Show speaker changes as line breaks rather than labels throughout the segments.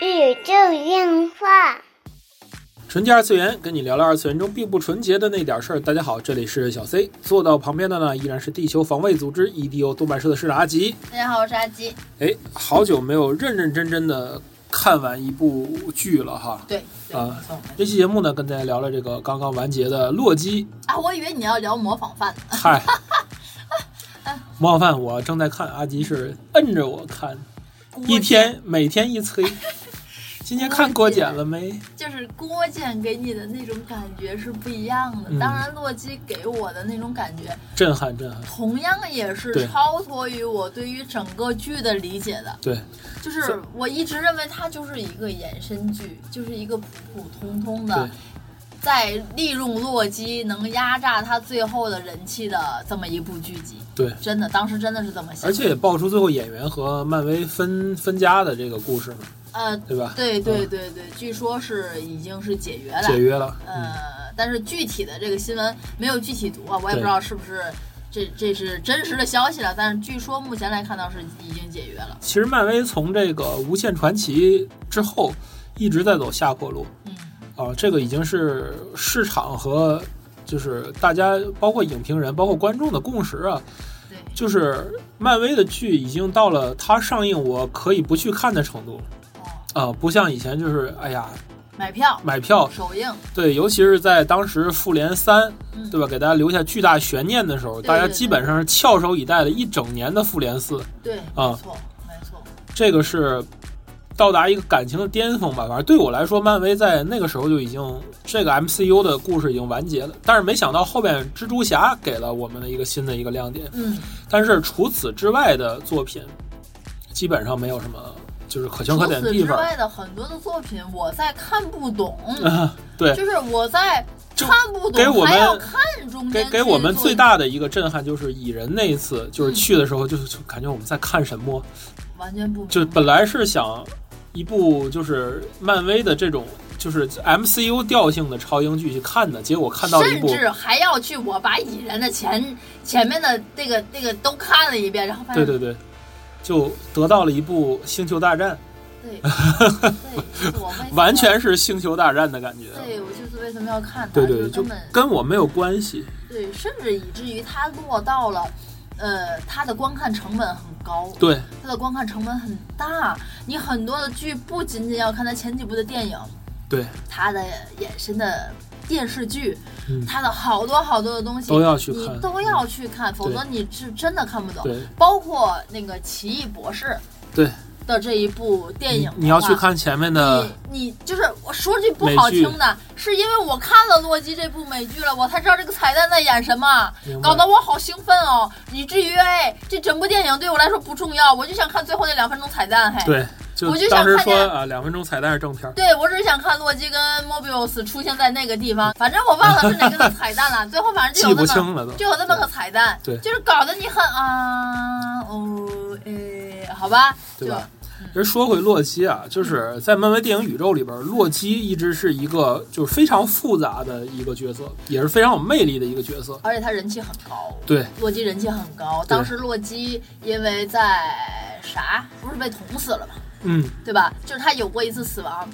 宇宙电话。
纯洁二次元，跟你聊聊二次元中并不纯洁的那点事儿。大家好，这里是小 C，坐到旁边的呢依然是地球防卫组织 EDO 动漫社的社长阿吉。
大家好，我是阿吉。
哎，好久没有认认真真的看完一部剧了哈。
对，对
啊
没错没错
这期节目呢，跟大家聊聊这个刚刚完结的《洛基》。
啊，我以为你要聊模仿犯呢。
嗨，模仿犯我正在看，阿吉是摁着我看，一天每天一催。今天看过检了没？
就是郭建给你的那种感觉是不一样的。
嗯
当然，洛基给我的那种感觉，
震撼震撼！
同样也
对
是超脱于我对于整个剧的理解的。
对，
就是
是
我一直认为它就是一个衍生剧，就是一个普普通通的
对，
在利用洛基能压榨他最后的人气的这么一部剧集。
对
真的，当时真的是这么想。
而且也爆出最后演员和漫威分分家的这个故事嘛，
呃，
对吧？
对对对对，据说是已经是解约了，
嗯解约了，嗯，
呃，但是具体的这个新闻没有具体读啊，我也
对
不知道是不是这这是真实的消息了。但是据说目前来看到是已经解约了。
其实漫威从这个无限传奇之后一直在走下坡路
嗯，
啊、这个已经是市场和就是大家包括影评人、包括观众的共识啊，
对，
就是漫威的剧已经到了它上映我可以不去看的程度
哦，
啊、不像以前就是哎呀
买票、
买票
首映，
对，尤其是在当时复联三，
嗯
对吧，给大家留下巨大悬念的时候，
对
大家基本上是翘首以待了一整年的复联四，
对，
啊
没错，没错，
这个是到达一个感情的巅峰吧。反正对我来说，漫威在那个时候就已经这个 MCU 的故事已经完结了，但是没想到后边蜘蛛侠给了我们的一个新的一个亮点，
嗯，
但是除此之外的作品基本上没有什么就是可圈
除
可点的
此
地
之
方。
外的很多的作品我在看不懂，
啊， 对，
就是我在
就
看不
给我
懂，
们
还要看中
给
间
给我们
去做
最大的一个震撼就是蚁人那一次，
嗯
就是去的时候就是就感觉我们在看什么，
完全不明白
就本来是想一部就是漫威的这种就是 MCU 调性的超英剧去看的，结果看到了一
甚
部
至还要去我把蚁人的前前面的那个那个都看了一遍，然后发
对
现
对对，就得到了一部《星球大战
对对，我为什》，么
完全是《星球大战》的感觉。
对，我就是为什么要看它，
对对，
就
就
根本
跟我没有关系。
对，甚至以至于它落到了。呃，它的观看成本很高，
对
它的观看成本很大。你很多的剧不仅仅要看它前几部的电影，
对，
它的衍生的电视剧，
嗯
它的好多好多的东西
都要去看
你都要去看，否则你是真的看不懂。
对
包括那个《奇异博士》
对，
的这一部电
你
影
你要去。看呃前面的
你，你就是我说句不好听的，是因为我看了《洛基》这部美剧了，我才知道这个彩蛋在演什么
明白，
搞得我好兴奋哦，以至于哎，这整部电影对我来说不重要，我就想看最后那两分钟彩蛋，嘿，
对，就
我就想
当时
看
说
见
啊，两分钟彩蛋是正片儿。
对，我只是想看洛基跟 Mobius 出现在那个地方，反正我忘了是哪个的彩 蛋了。最后反正就
记
有
不
那
清
么
了都，
就有那么个彩蛋，
对
就是搞得你很啊，哦，诶，好吧，
对吧？
嗯
其实说回洛基啊，就是在漫威电影宇宙里边，洛基一直是一个就是非常复杂的一个角色，也是非常有魅力的一个角色。
就？而且他人气很高，
对
洛基人气很高。当时洛基因为在啥，不是被捅死了吗？
嗯，
对吧？就是他有过一次死亡，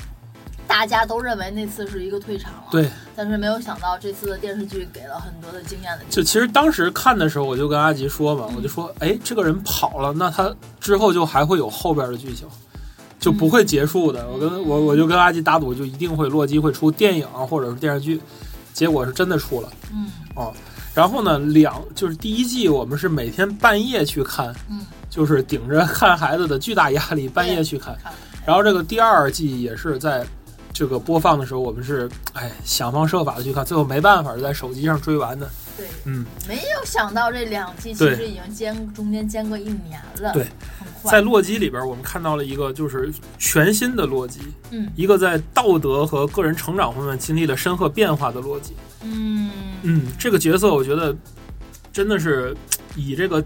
大家都认为那次是一个退场了，
对，
但是没有想到这次的电视剧给了很多的惊艳的地
就其实当时看的时候，我就跟阿吉说嘛，
嗯
我就说，哎，这个人跑了，那他之后就还会有后边的剧情，就不会结束的。我跟我我就跟阿吉打赌，就一定会洛基会出电影啊或者是电视剧，结果是真的出了。
方，嗯
然后呢，两就是第一季我们是每天半夜去看，
嗯，
就是顶着看孩子的巨大压力半夜去看。
看了。
然后这个第二季也是在这个播放的时候，我们是哎想方设法的去看，最后没办法在手机上追完的。
对，
嗯，
没有想到这两季其实已经间中间间隔一年了，
对，
很
在
快，
洛基里边，我们看到了一个就是全新的洛基，
嗯
一个在道德和个人成长方面经历了深刻变化的洛基。
嗯，
嗯，这个角色我觉得真的是以这个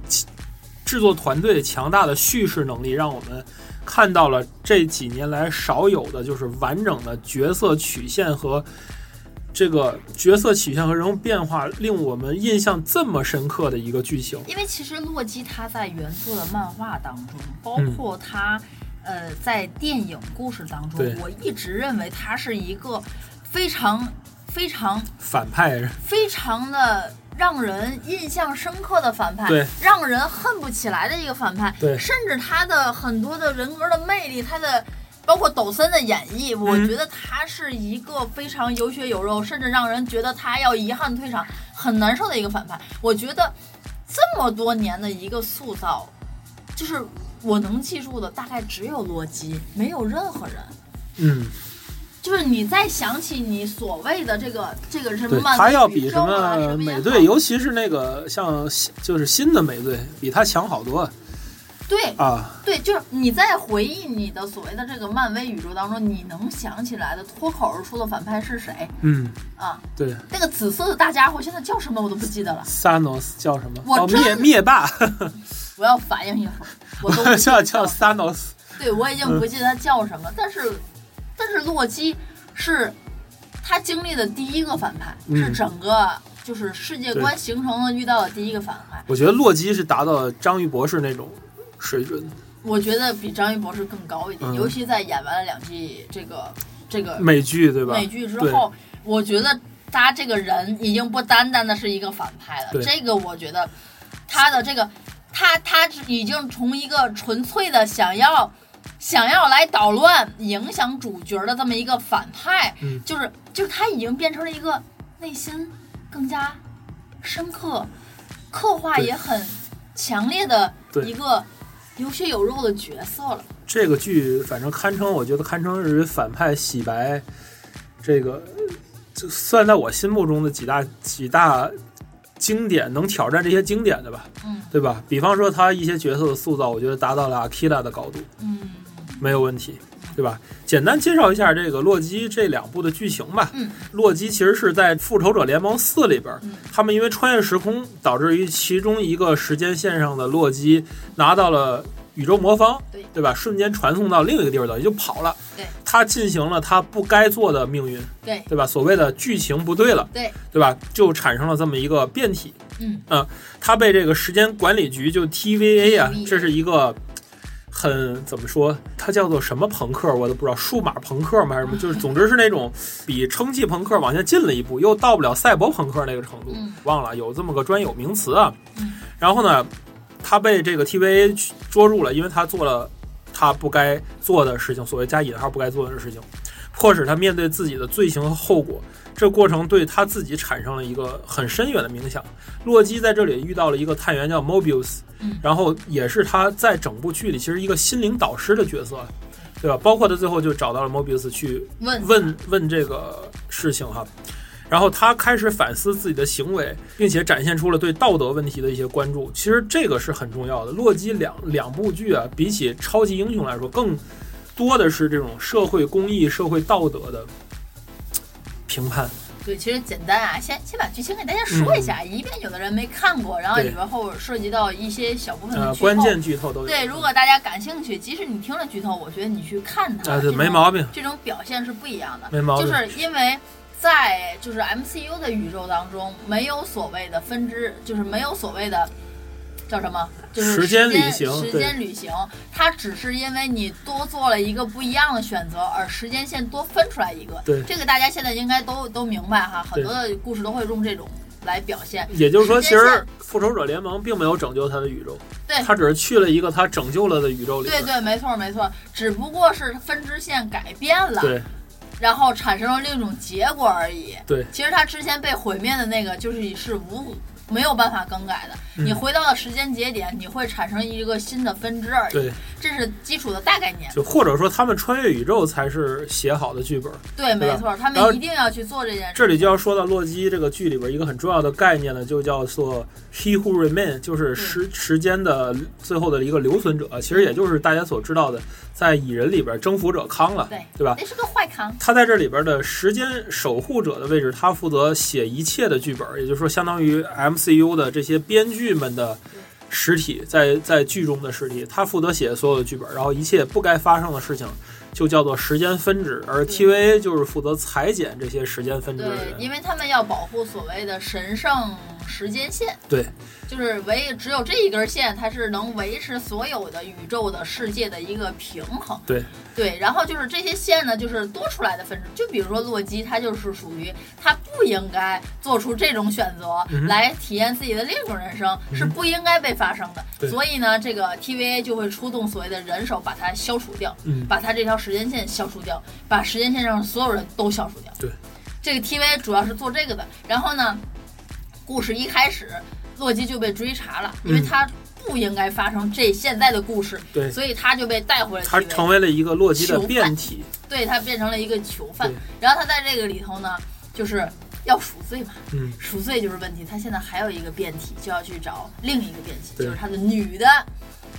制作团队强大的叙事能力，让我们看到了这几年来少有的，就是完整的角色曲线和这个角色曲线和人物变化，令我们印象这么深刻的一个剧情。
因为其实洛基他在原作的漫画当中，包括他呃，在电影故事当中
对，
我一直认为他是一个非常非常
反派
非常的让人印象深刻的反派
对，
让人恨不起来的一个反派，
对
甚至他的很多的人格的魅力，他的。包括抖森的演绎，
嗯
我觉得他是一个非常有血有肉，甚至让人觉得他要遗憾退场、很难受的一个反派。我觉得这么多年的一个塑造，就是我能记住的大概只有洛基，没有任何人。
嗯，
就是你再想起你所谓的这个这个什
对，
么漫威
他要
宇
比什
宙啊什
么
么也
美
好
队，尤其是那个像新就是新的美队，比他强好多
对
啊。
对，就是你在回忆你的所谓的这个漫威宇宙当中，你能想起来的脱口而出的反派是谁
嗯，
啊？
对
那个紫色的大家伙现在叫什么我都不记得了，
，Thanos 叫什么？
我
哦，
真
灭灭霸，
我要反应一会儿， 我都不记
叫
得
叫
叫
Thanos。
对我已经不记得他叫什么，但是但是洛基是他经历的第一个反派，
嗯
是整个就是世界观形成了遇到的第一个反派。
我觉得洛基是达到了章鱼博士那种水准，
我觉得比张艺博士更高一点，
嗯
尤其在演完了两季这个这个
美剧对吧？
美剧之
对
后，我觉得他这个人已经不单单的是一个反派了
对。
这个我觉得他的这个他他是已经从一个纯粹的想要想要来捣乱、影响主角的这么一个反派，
嗯
就是就是他已经变成了一个内心更加深刻、刻画
对
也很强烈的
对
一个有血有肉的角色了。
这个剧反正堪称，我觉得堪称是反派洗白，这个就算在我心目中的几大几大经典，能挑战这些经典的吧，
嗯
对吧？比方说他一些角色的塑造，我觉得达到了 Akira 的高度，
嗯
没有问题，对吧？简单介绍一下这个洛基这两部的剧情吧。
嗯，
洛基其实是在《复仇者联盟四》里边
嗯，
他们因为穿越时空，导致于其中一个时间线上的洛基拿到了宇宙魔方，
对
吧？瞬间传送到另一个地方，等于就跑了。
对，
他进行了他不该做的命运，
对
对吧？所谓的剧情不对了，
对
对吧？就产生了这么一个变体。
嗯
他被这个时间管理局就 TVA 啊
TVA，
这是一个很怎么说，它叫做什么朋克，我都不知道，数码朋克吗还是什么？就是总之是那种比蒸汽朋克往下进了一步，又到不了赛博朋克那个程度，
嗯
忘了有这么个专有名词啊。
嗯
然后呢，他被这个 TVA 去捉住了，因为他做了他不该做的事情，所谓加引号不该做的事情，迫使他面对自己的罪行和后果。这过程对他自己产生了一个很深远的影响。洛基在这里遇到了一个探员叫 Mobius，
嗯
然后也是他在整部剧里其实一个心灵导师的角色，啊对吧？包括他最后就找到了 Mobius 去
问
问问这个事情哈。然后他开始反思自己的行为，并且展现出了对道德问题的一些关注。其实这个是很重要的。洛基两两部剧啊，比起超级英雄来说，更多的是这种社会公益、社会道德的评判。
对，其实简单啊，先先把剧情给大家说一下，以免有的人没看过，然后
嗯对
以为后涉及到一些小部分的
呃，
嗯剧透。
关键剧透都有。
对，如果大家感兴趣，即使你听了剧透，我觉得你去看它，
啊，对，
这种
没毛病，
这种表现是不一样的。
没毛
就
病。
是因为在就是 MCU 的宇宙当中，没有所谓的分支，就是没有所谓的叫什么，就是
时
时
间
间
旅行
时
对
间旅行，它只是因为你多做了一个不一样的选择，而时间线多分出来一个。
对
这个大家现在应该都都明白哈，很
对
多的故事都会用这种来表现。
也就是说，其
时间
实
线
《复仇者联盟》并没有拯救他的宇宙，
对
他只是去了一个他拯救了的宇宙里
对
边。
对，没错没错，只不过是分支线改变了。
对
然后产生了另一种结果而已。
对，
其实他之前被毁灭的那个就是是无没有办法更改的。
嗯
你回到了时间节点，你会产生一个新的分支而已。
对，
这是基础的大概念。
就或者说他们穿越宇宙才是写好的剧本。
对，
对吧
没错，他
然后
们一定要去做这件事。
这里就要说到洛基这个剧里边一个很重要的概念呢，就叫做 “he who remain”，就是时时间的最后的一个留存者，其实也就是大家所知道的，在蚁人里边征服者康了，
对，
对吧？
那是个坏康。
他在这里边的时间守护者的位置，他负责写一切的剧本，也就是说，相当于 MCU 的这些编剧们的实体，在在剧中的实体，他负责写所有的剧本，然后一切不该发生的事情就叫做时间分支，而 TVA 就是负责裁剪这些时间分支的
嗯对，
人。
因为他们要保护所谓的神圣时间线，
对，
就是维只有这一根线，它是能维持所有的宇宙的世界的一个平衡。
对
对，然后就是这些线呢，就是多出来的分支，就比如说洛基，他就是属于他不应该做出这种选择
嗯哼嗯
来体验自己的另一种人生，
哼
是不应该被发生的。
对
所以呢，这个 TVA 就会出动所谓的人手把它消除掉，
嗯
把它这条时间线消除掉，把时间线上所有人都消除掉。
对，
这个 TVA 主要是做这个的。然后呢，故事一开始，洛基就被追查了，因为
嗯
他不应该发生这现在的故事，
对，
所以他就被带回了 TVA。
他成为了一个洛基的
囚犯
变体，
对他变成了一个囚犯
对。
然后他在这个里头呢，就是要赎罪嘛，
嗯，
赎罪就是问题。他现在还有一个变体，就要去找另一个变体，
对
就是他的女的。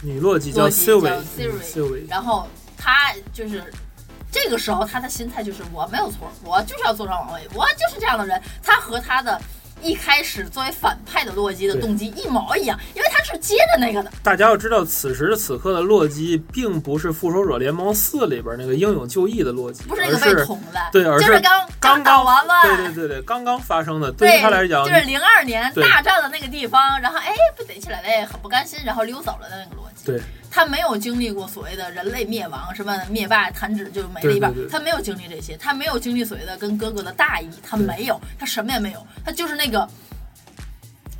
女洛基叫
洛基叫
嗯
Sylvie
Sylvie，Sylvie，
然后他就是这个时候他的心态就是我没有错，我就是要坐上王位，我就是这样的人。他和他的。一开始作为反派的洛基的
对
动机一毛一样，因为他是接着那个的，
大家要知道，此时此刻的洛基并不是《复仇者联盟四》里边那个英勇就义的洛基，
不是那
而
个被
是
捅的，
对而
就是是刚
刚
打完了，
对对对对，刚刚发生的，
对
于他来讲，
就是零二年
对
大战的那个地方，然后哎被逮起来了，很不甘心，然后溜走了的那个逻辑。
对，
他没有经历过所谓的人类灭亡，什么灭霸弹指就没了一半，
对对对
他没有经历这些，他没有经历所谓的跟哥哥的大义，他
对
没有，他什么也没有，他就是那个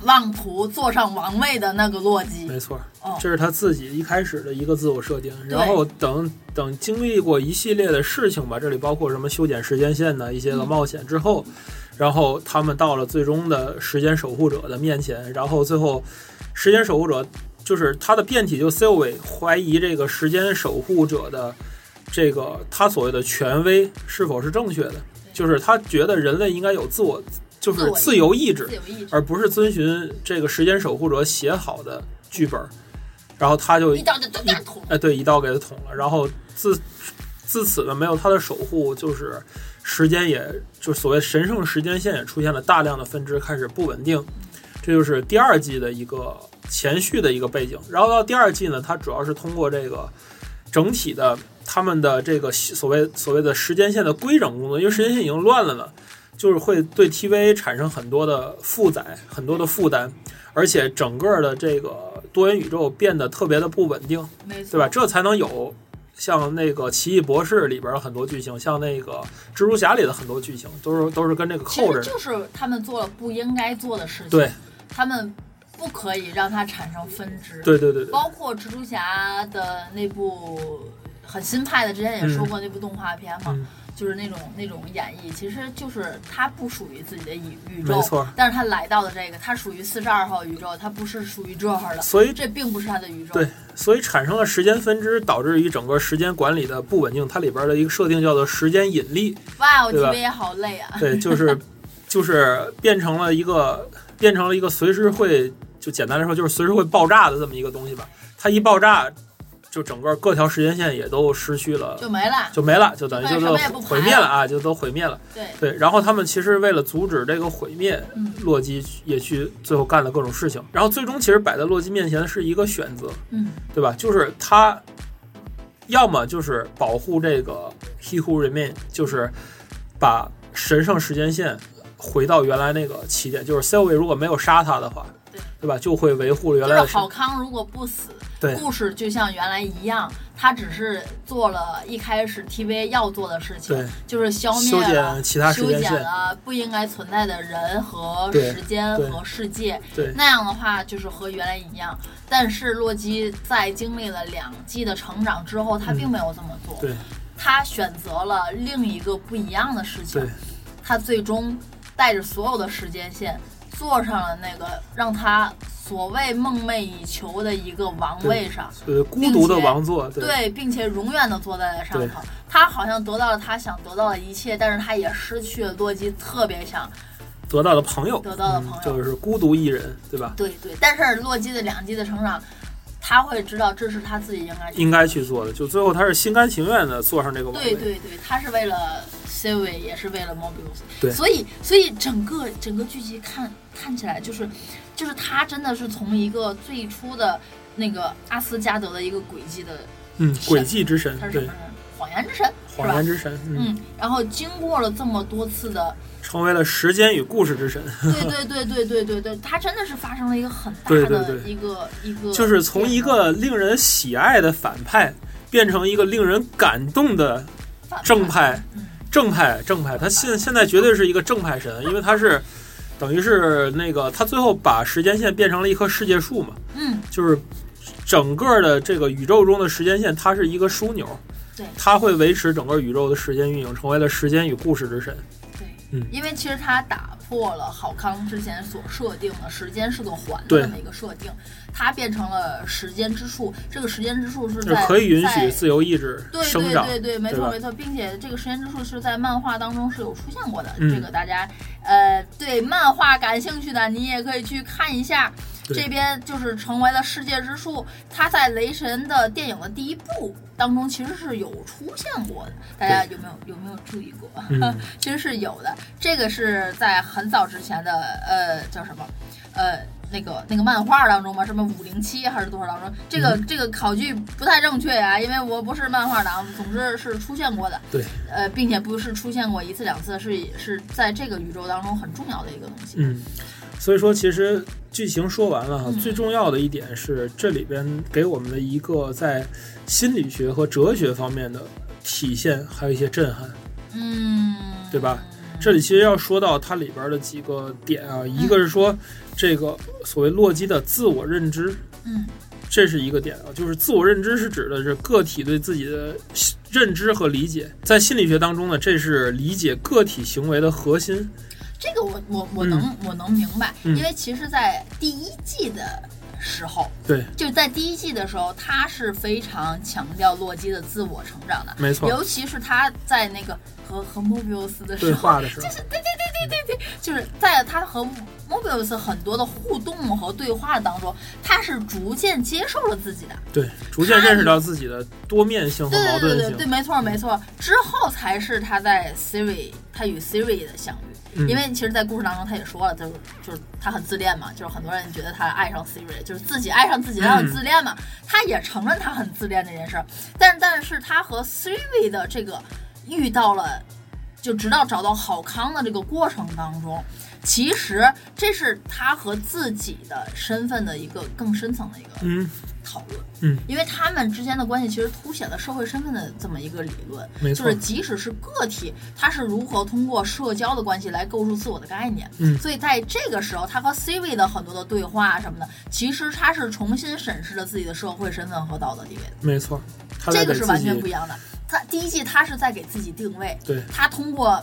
妄图坐上王位的那个洛基。
没错
哦，
这是他自己一开始的一个自我设定。
对
然后等等经历过一系列的事情吧，这里包括什么修剪时间线的一些个
嗯
冒险之后，然后他们到了最终的时间守护者的面前，然后最后时间守护者就是他的变体，就 c e l 怀疑这个时间守护者的这个他所谓的权威是否是正确的，就是他觉得人类应该有自我，就
自
是
我意
自由意志
自，由意志，
而不是遵循这个时间守护者写好的剧本儿，然后他就
一刀就都给他捅了。
哎对一刀给他捅了，然后自自此呢没有他的守护，就是时间也就所谓神圣时间线也出现了大量的分支，开始不稳定，这就是第二季的一个前序的一个背景。然后到第二季呢，它主要是通过这个整体的他们的这个所谓所谓的时间线的规整工作，因为时间线已经乱了呢，就是会对 TVA 产生很多的负载、很多的负担，而且整个的这个多元宇宙变得特别的不稳定，
没错，
对吧？这才能有像那个《奇异博士》里边的很多剧情，像那个蜘蛛侠里的很多剧情，都是都是跟这个
其
扣着
实
的。
就是他们做了不应该做的事情，
对，
他们不可以让它产生分支。
对对对对，
包括蜘蛛侠的那部很新派的，之前也说过那部动画片嘛，
嗯
就是那种那种演绎，其实就是它不属于自己的宇宇宙，
没错。
但是他来到的这个，它属于四十二号宇宙，它不是属于这儿的，
所以
这并不是它的宇宙。
对所以产生了时间分支，导致于整个时间管理的不稳定。它里边的一个设定叫做时间引 力，
哇，我
对吧
TV 也好累啊。
对，就是就是变成了一个变成了一个随时会就简单来说就是随时会爆炸的这么一个东西吧。它一爆炸，就整个各条时间线也都失去了，
就没了，
就没了，就等于
对
就
什
都
么也不
毁
排
灭
了
了啊，就都毁灭了。
对，
对，然后他们其实为了阻止这个毁灭，
嗯
洛基也去最后干了各种事情。然后最终其实摆在洛基面前的是一个选择，
嗯，
对吧？就是他要么就是保护这个 He Who Remain，就是把神圣时间线回到原来那个起点，就是 c e l v i 如果没有杀他的话
对，
对吧？就会维护原
就
来
是
的神
郝康如果不死，
对
故事就像原来一样，他只是做了一开始 TVA 要做的事情
对，
就是消灭
修
了
剪其他时
修
间
剪
线，
了不应该存在的人和
对
时间
对
和世界，
对
那样的话就是和原来一样。但是洛基在经历了两季的成长之后，他
嗯
并没有这么做，
对
他选择了另一个不一样的事情
对，
他最终带着所有的时间线坐上了那个让他所谓梦寐以求的一个王位上。
对，孤独的
并且
王座，对
对，并且永远的坐在了上
对
头。他好像得到了他想得到的一切，但是他也失去了洛基特别想
得到的朋友，
得到的
嗯
朋友
就是孤独一人，对吧？
对对，但是洛基的两季的成长，他会知道这是他自己应该去
应该去做的，就最后他是心甘情愿的坐上这个
做
王
的。
位。
对对对，他是为了 C 位，也是为了 Mobius。
对
所以所以整个整个剧集看看起来就是，就是他真的是从一个最初的那个阿斯加德的一个轨迹的，
嗯，轨迹之神
他，是什
对
么人？谎言之神，是
谎
吧
言？之神，嗯，
嗯，然后经过了这么多次的，
成为了时间与故事之神，
对对对对对对对，它真的是发生了一个很大
对对
的
对
一个一个，
就是从一个令人喜爱的反派变成一个令人感动的
反派
正派
嗯，
正派正派，他现现在绝对是一个正派神，因为他是等于是那个他最后把时间线变成了一棵世界树嘛，
嗯，
就是整个的这个宇宙中的时间线，它是一个枢纽，
对
它会维持整个宇宙的时间运营，成为了时间与故事之神。
对，
嗯
因为其实它打破了郝康之前所设定的时间是个环的
对
这么一个设定，它变成了时间之树，这个时间之树是
就是
在
可以允许
在
自由意志
对
生
对
长，
对对，没
对
错
吧
没错，并且这个时间之树是在漫画当中是有出现过的，
嗯
这个大家呃对漫画感兴趣的，你也可以去看一下。
对
这边就是成为了世界之树，它在雷神的电影的第一部当中其实是有出现过的，大家有没有有没有注意过？
嗯
其实是有的，这个是在很早之前的呃叫什么呃。那个那个漫画当中吧，什么五零七还是多少当中，这
嗯
个、这个考据不太正确啊，因为我不是漫画党，总之是出现过的。
对，
呃，并且不是出现过一次两次，是是在这个宇宙当中很重要的一个东西。
嗯，所以说其实剧情说完了哈，
嗯
最重要的一点是这里边给我们的一个在心理学和哲学方面的体现，还有一些震撼。
嗯，
对吧？这里其实要说到它里边的几个点啊，
嗯
一个是说这个所谓洛基的自我认知，
嗯
这是一个点啊，就是自我认知是指的是个体对自己的认知和理解，在心理学当中呢，这是理解个体行为的核心。
这个我我我能、我能明白，
嗯
因为其实，在第一季的时候，
对，
就在第一季的时候，他是非常强调洛基的自我成长的，
没错，
尤其是他在那个和和莫比乌斯的
对
时候，
话的时候，
就是在他和莫比乌斯很多的互动和对话当中，他是逐渐接受了自己的，
对，逐渐认识到自己的多面性和
对
矛
对对
盾
对
性。
对，没错没错，之后才是他在 Siri 他与 Siri 的相遇。
嗯
因为其实，在故事当中，他也说了，就是就是他很自恋嘛，就是很多人觉得他爱上 Siri，就是自己爱上自己，他很自恋嘛。他也承认他很自恋这件事儿，但但是他和 Siri 的这个遇到了，就直到找到好康的这个过程当中，其实这是他和自己的身份的一个更深层的一个
嗯，
讨论。
嗯，
因为他们之间的关系其实凸显了社会身份的这么一个理论，
没
就
错
是，即使是个体，他是如何通过社交的关系来构筑自我的概念。
嗯
所以在这个时候，他和 C 位的很多的对话什么的，其实他是重新审视了自己的社会身份和道德地位的，
没错，他在
这
给
个是
自
完全不
己
一样的。他第一季他是在给自己定位，
对
他通过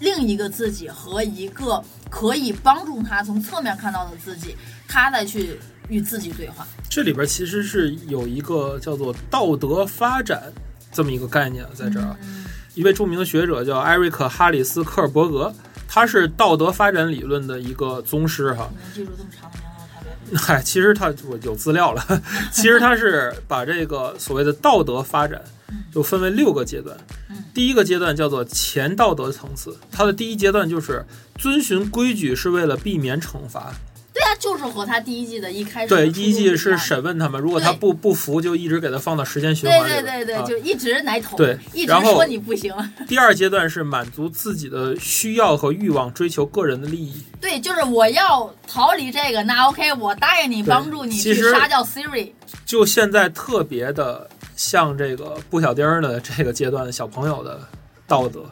另一个自己和一个可以帮助他从侧面看到的自己，他再去与自己对话。
这里边其实是有一个叫做道德发展这么一个概念在这儿啊。
嗯
一位著名的学者叫艾瑞克·哈里斯·科尔伯格，他是道德发展理论的一个宗师哈。
你能记住这么长的名字，太别了。
嗨，其实他我有资料了，其实他是把这个所谓的道德发展
嗯
就分为六个阶段
嗯。
第一个阶段叫做前道德层次，它的第一阶段就是遵循规矩是为了避免惩罚。
对啊，就是和他第一季的一开始的
对，
初
第一季
衷
是
样
审问他们，如果他
对
不不服，就一直给他放到时间循
对
环里
对
边。
对对，
啊
就一直奶头，
对
一直
然后
说你不行，
第二阶段是满足自己的需要和欲望，追求个人的利益。
对，就是我要逃离这个，那 OK，我答应你，
对
帮助你
其
去
实
杀掉 Siri，
就现在特别的像这个布小丁儿的这个阶段的小朋友的道德，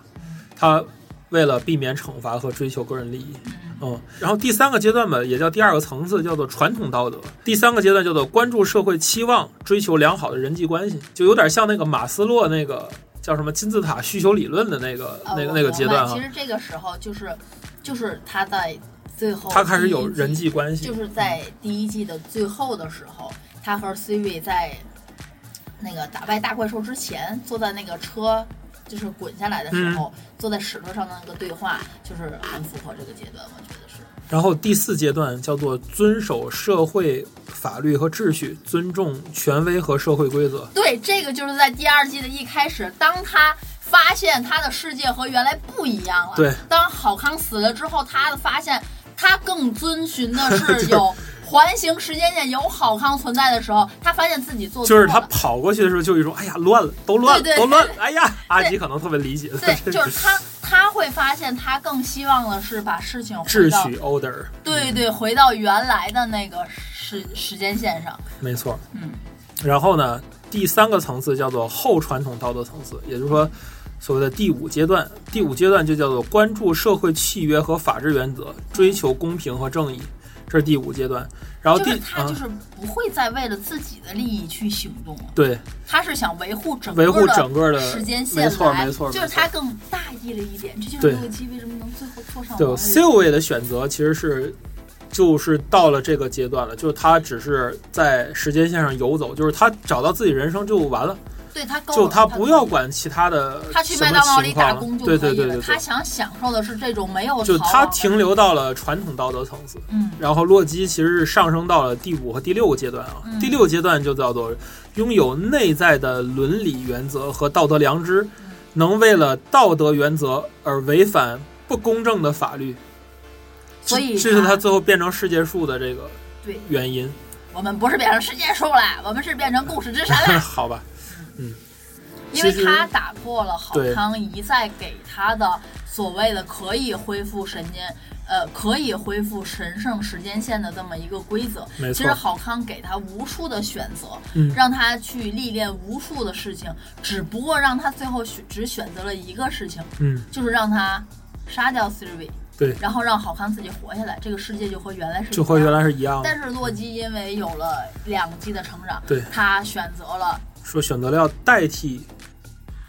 他为了避免惩罚和追求个人利益，嗯，然后第三个阶段吧，也叫第二个层次，叫做传统道德；第三个阶段叫做关注社会期望，追求良好的人际关系，就有点像那个马斯洛那个叫什么金字塔需求理论的那个、
呃
那个
我
那个
明
阶
白
段哈啊
其，实这个时候就是，就是他在最后，
他开始有人，际关系，
就是在第一季的最后的时候，他和 Siri 在那个打败大怪兽之前，坐在那个车。就是滚下来的时候，
嗯
坐在石头上的那个对话，就是很符合这个阶段，我觉得是。
然后第四阶段叫做遵守社会法律和秩序，尊重权威和社会规则。
对，这个就是在第二季的一开始，当他发现他的世界和原来不一样了。
对，
当郝康死了之后，他的发现，他更遵循的
对
是有环形时间线有好康存在的时候，他发现自己做错
就
了。
是他跑过去的时候就一种，哎呀，乱了，都乱了，
对对
都乱了，哎呀，阿吉可能特别理解，
对，就是他，他会发现他更希望的是把事情回
秩
到
序 order，
对对，回到原来的那个时时间线上。
没错，
嗯。
然后呢，第三个层次叫做后传统道德层次，也就是说，所谓的第五阶段，第五阶段就叫做关注社会契约和法治原则，追求公平和正义，这是第五阶段。然后
就
第
是他
嗯
就是不会再为了自己的利益去行动了，
对
他是想维护整
维护
的
整个的
时间线
没错
来
没错
就是
没错
他更大意了一点，这就
对
是六七为什么能最后坐上
对
王位
s i l v i 的选择其实是。就是到了这个阶段了，就是他只是在时间线上游走，就是他找到自己人生就完了，
对他够
就
了
他
他
不要管其他的
他去
什
麦
么
当劳里
情
打
况了
工就可以
对
了，
对对对
他
对，
想享受的是这种没有
就
逃啊
他
亡的
停留到了传统道德层次，
嗯
然后洛基其实是上升到了第五和第六个阶段啊。
嗯
第六阶段就叫做拥有内在的伦理原则和道德良知，能为了道德原则而违反不公正的法律。
所以
这这是
他
他最后变成世界树的这个
对
原因，
我们不是变成世界树了，我们是变成故事之神了，
好吧？
因为
其实
他打破了郝
对
康一再给他的所谓的可以恢复神间，呃，可以恢复神圣时间线的这么一个规则。
没
其
错
实郝康给他无数的选择，
嗯
让他去历练无数的事情，只不过让他最后选只选择了一个事情，
嗯，
就是让他杀掉 Sylvie，
对
然后让郝康自己活下来，这个世界就和原来是
就和
一样
原来是一样的。
但是洛基因为有了两季的成长，
对
他选择了，
说选择了要代替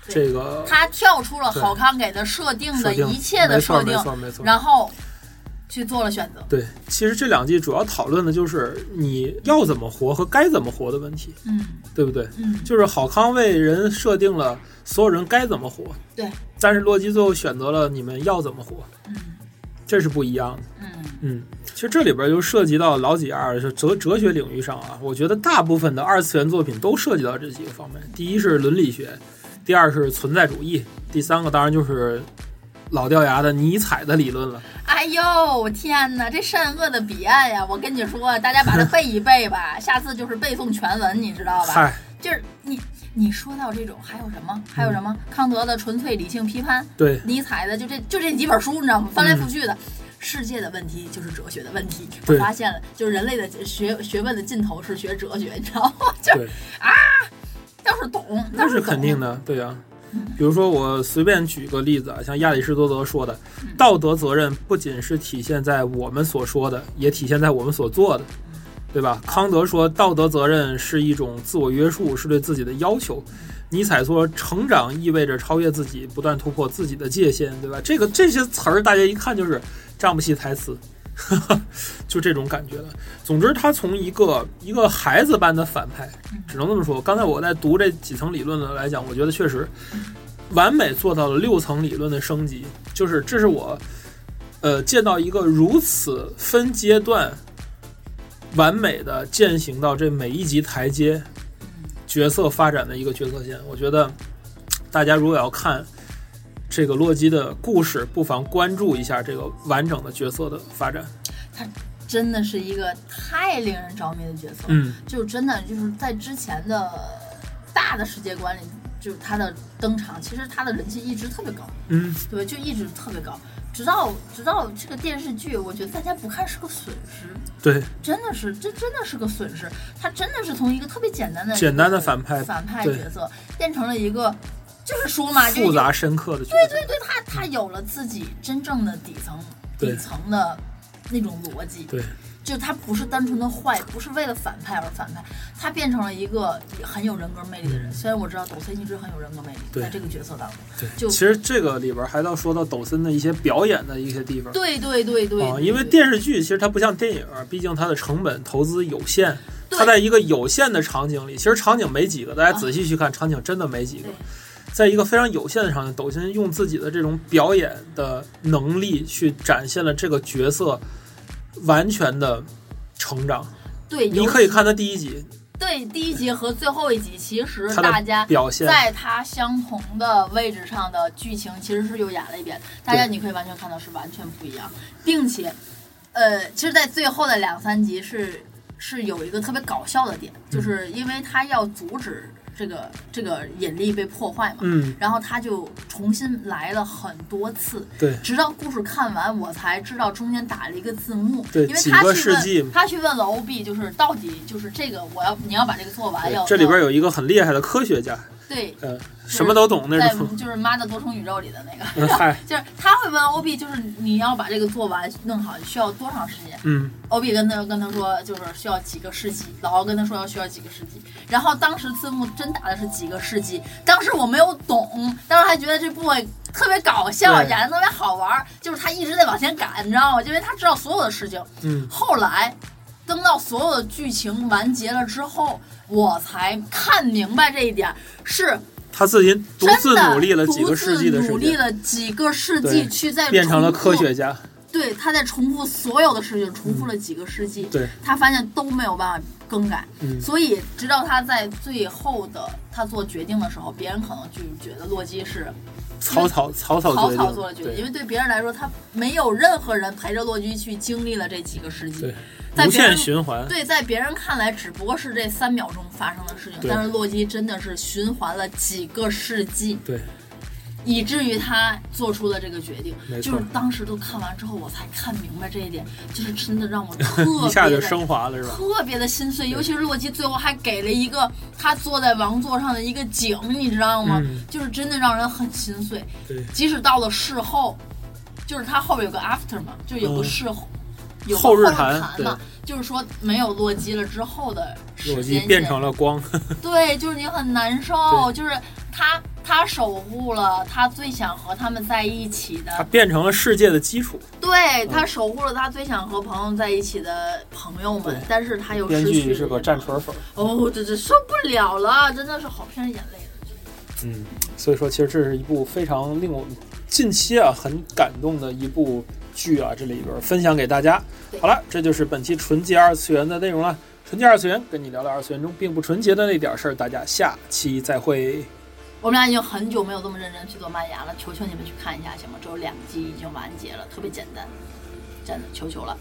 这个
他跳出了
对
郝康给的设定
设
的
定，
一切的设
没
定，
错没错没错。
然后去做了选择。
对，其实这两季主要讨论的就是你要怎么活和该怎么活的问题，
嗯
对不对？
嗯，
就是郝康为人设定了所有人该怎么活，
对，
但是洛基最后选择了你们要怎么活，
嗯
这是不一样的。
嗯，
嗯，其实这里边就涉及到老几二，就哲哲学领域上啊，我觉得大部分的二次元作品都涉及到这几个方面。第一是伦理学，第二是存在主义，第三个当然就是老掉牙的尼采的理论了。
哎呦天哪，这善恶的彼岸呀！我跟你说，大家把它背一 背吧，下次就是背诵全文，你知道吧？
嗨，嗯
就是你你说到这种，还有什么？还有什么？康德的《纯粹理性批判》，
对，
尼采的就这就这几本书，你知道吗？翻来覆去的。世界的问题就是哲学的问题，我
嗯对
发现了，就是人类的学学问的尽头是学哲学，你知道吗？就是
对
要是懂，
那
要
是
懂
肯定。的，对呀、比如说，我随便举个例子啊，像亚里士多德说的，道德责任不仅是体现在我们所说的，也体现在我们所做的，对吧？康德说，道德责任是一种自我约束，是对自己的要求。尼采说，成长意味着超越自己，不断突破自己的界限，对吧？这个这些词儿，大家一看就是账不细台词， 就这种感觉了。总之，他从一个一个孩子般的反派，只能这么说。刚才我在读这几层理论的来讲，我觉得确实完美做到了六层理论的升级，就是这是我呃见到一个如此分阶段完美的践行到这每一级台阶角色发展的一个角色线。我觉得大家如果要看。这个洛基的故事，不妨关注一下这个完整的角色的发展。
真的是一个太令人着迷的角色，
嗯，
就真的就是在之前的大的世界观里，就是他的登场，其实他的人气一直特别高，
嗯，
对，就一直特别高，直到直到这个电视剧，我觉得大家不看是个损失，
对，
真的是，这真的是个损失。他真的是从一个特别简单的
简单的
一个
反派
反派
对
角色，变成了一个，就是说嘛，就是
复杂深刻的角色。
对对，他他有了自己真正的底层
对
底层的那种逻辑，
对
就他不是单纯的坏，不是为了反派而反派，他变成了一个很有人格魅力的人。虽然我知道抖森一直很有人格魅力，
嗯对
在这个角色当中，
对
就
其实这个里边还要说到抖森的一些表演的一些地方。
对对对对
啊，因为
对
电视剧其实它不像电影，毕竟它的成本投资有限。
对
它在一个有限的场景里，其实场景没几个，大家
啊
仔细去看，场景真的没几个
对。
在一个非常有限的场景，抖音用自己的这种表演的能力去展现了这个角色完全的成长。
对，
你
尤
可以
其
看他第一集，
对第一集和最后一集，其实
他
大
的
家
表现
在它相同的位置上的剧情其实是又演了一遍，大家你可以完全看到是完全不一样，并且。呃，其实，在最后的两三集是是有一个特别搞笑的点，
嗯
就是因为他要阻止这个这个引力被破坏嘛，
嗯，
然后他就重新来了很多次，
对，
直到故事看完，我才知道中间打了一个字幕，
对
因为他
几个
去
世纪
问他去问了欧币，就是到底就是这个我要你要把这个做完要
这里边有一个很厉害的科学家，
要对
呃，什么都懂那
在
种。
就是妈的多重宇宙里的那个，
嗯嗨，
就是他会问欧币，就是你要把这个做完弄好需要多长时间？
嗯，
欧比跟他跟他说，就是需要几个世纪，老敖跟他说要需要几个世纪。然后当时字幕真打的是几个世纪，当时我没有懂，当时还觉得这部特别搞笑，
对
演的特别好玩儿，就是他一直在往前赶，你知道吗？因为他知道所有的事情。
嗯，
后来等到所有的剧情完结了之后，我才看明白这一点是
他自己独
真的
自努力了几个世纪的
独自
时
努力
间，
了几个世
对
纪去在
变成了
重复
科学家。
对，他在重复所有的事情，重复了几个世纪，
对，
他发现都没有办法更改，
嗯
所以直到他在最后的他做决定的时候，别人可能就觉得洛基是
草草草草
草
决
草
定，
做了决定，因
对，
为对别人来说，他没有任何人陪着洛基去经历了这几个世纪
对，
在
无
别人
限循环。
对，在别人看来，只不过是这三秒钟发生的事情，
对
但是洛基真的是循环了几个世纪，
对，
以至于他做出了这个决定
没。错
就是当时都看完之后，我才看明白这一点，就是真的 让我
一
特
下
别
就
的
升华了是吧？
特别的心碎，尤其是洛基最后还给了一个他坐在王座上的一个景，你知道吗？
嗯
就是真的让人很心碎。
对，
即使到了事后，就是他后边有个 after 嘛，就有个
嗯
事后。有个
后日
日
谈
嘛，就是说没有洛基了之后的时
洛
间
基
线
变成了光，
对，就是你很难受，就是他他守护了他最想和他们在一起的
它变成了世界的基础。
对
嗯
他守护了他最想和朋友在一起的朋友们
对，
但是他又
编
失去
剧
了
是个战锤粉，
哦，这这受不了了，真的是好片眼泪啊了。
嗯，所以说其实这是一部非常令我们近期啊很感动的一部剧啊，这里边分享给大家。
对
好了，这就是本期纯洁二次元的内容了。纯洁二次元跟你聊聊二次元中并不纯洁的那点事儿，大家下期再会。
我们俩已经很久没有这么认真去做麦芽了，求求你们去看一下行吗？只有两集已经完结了，特别简单，真的求求了。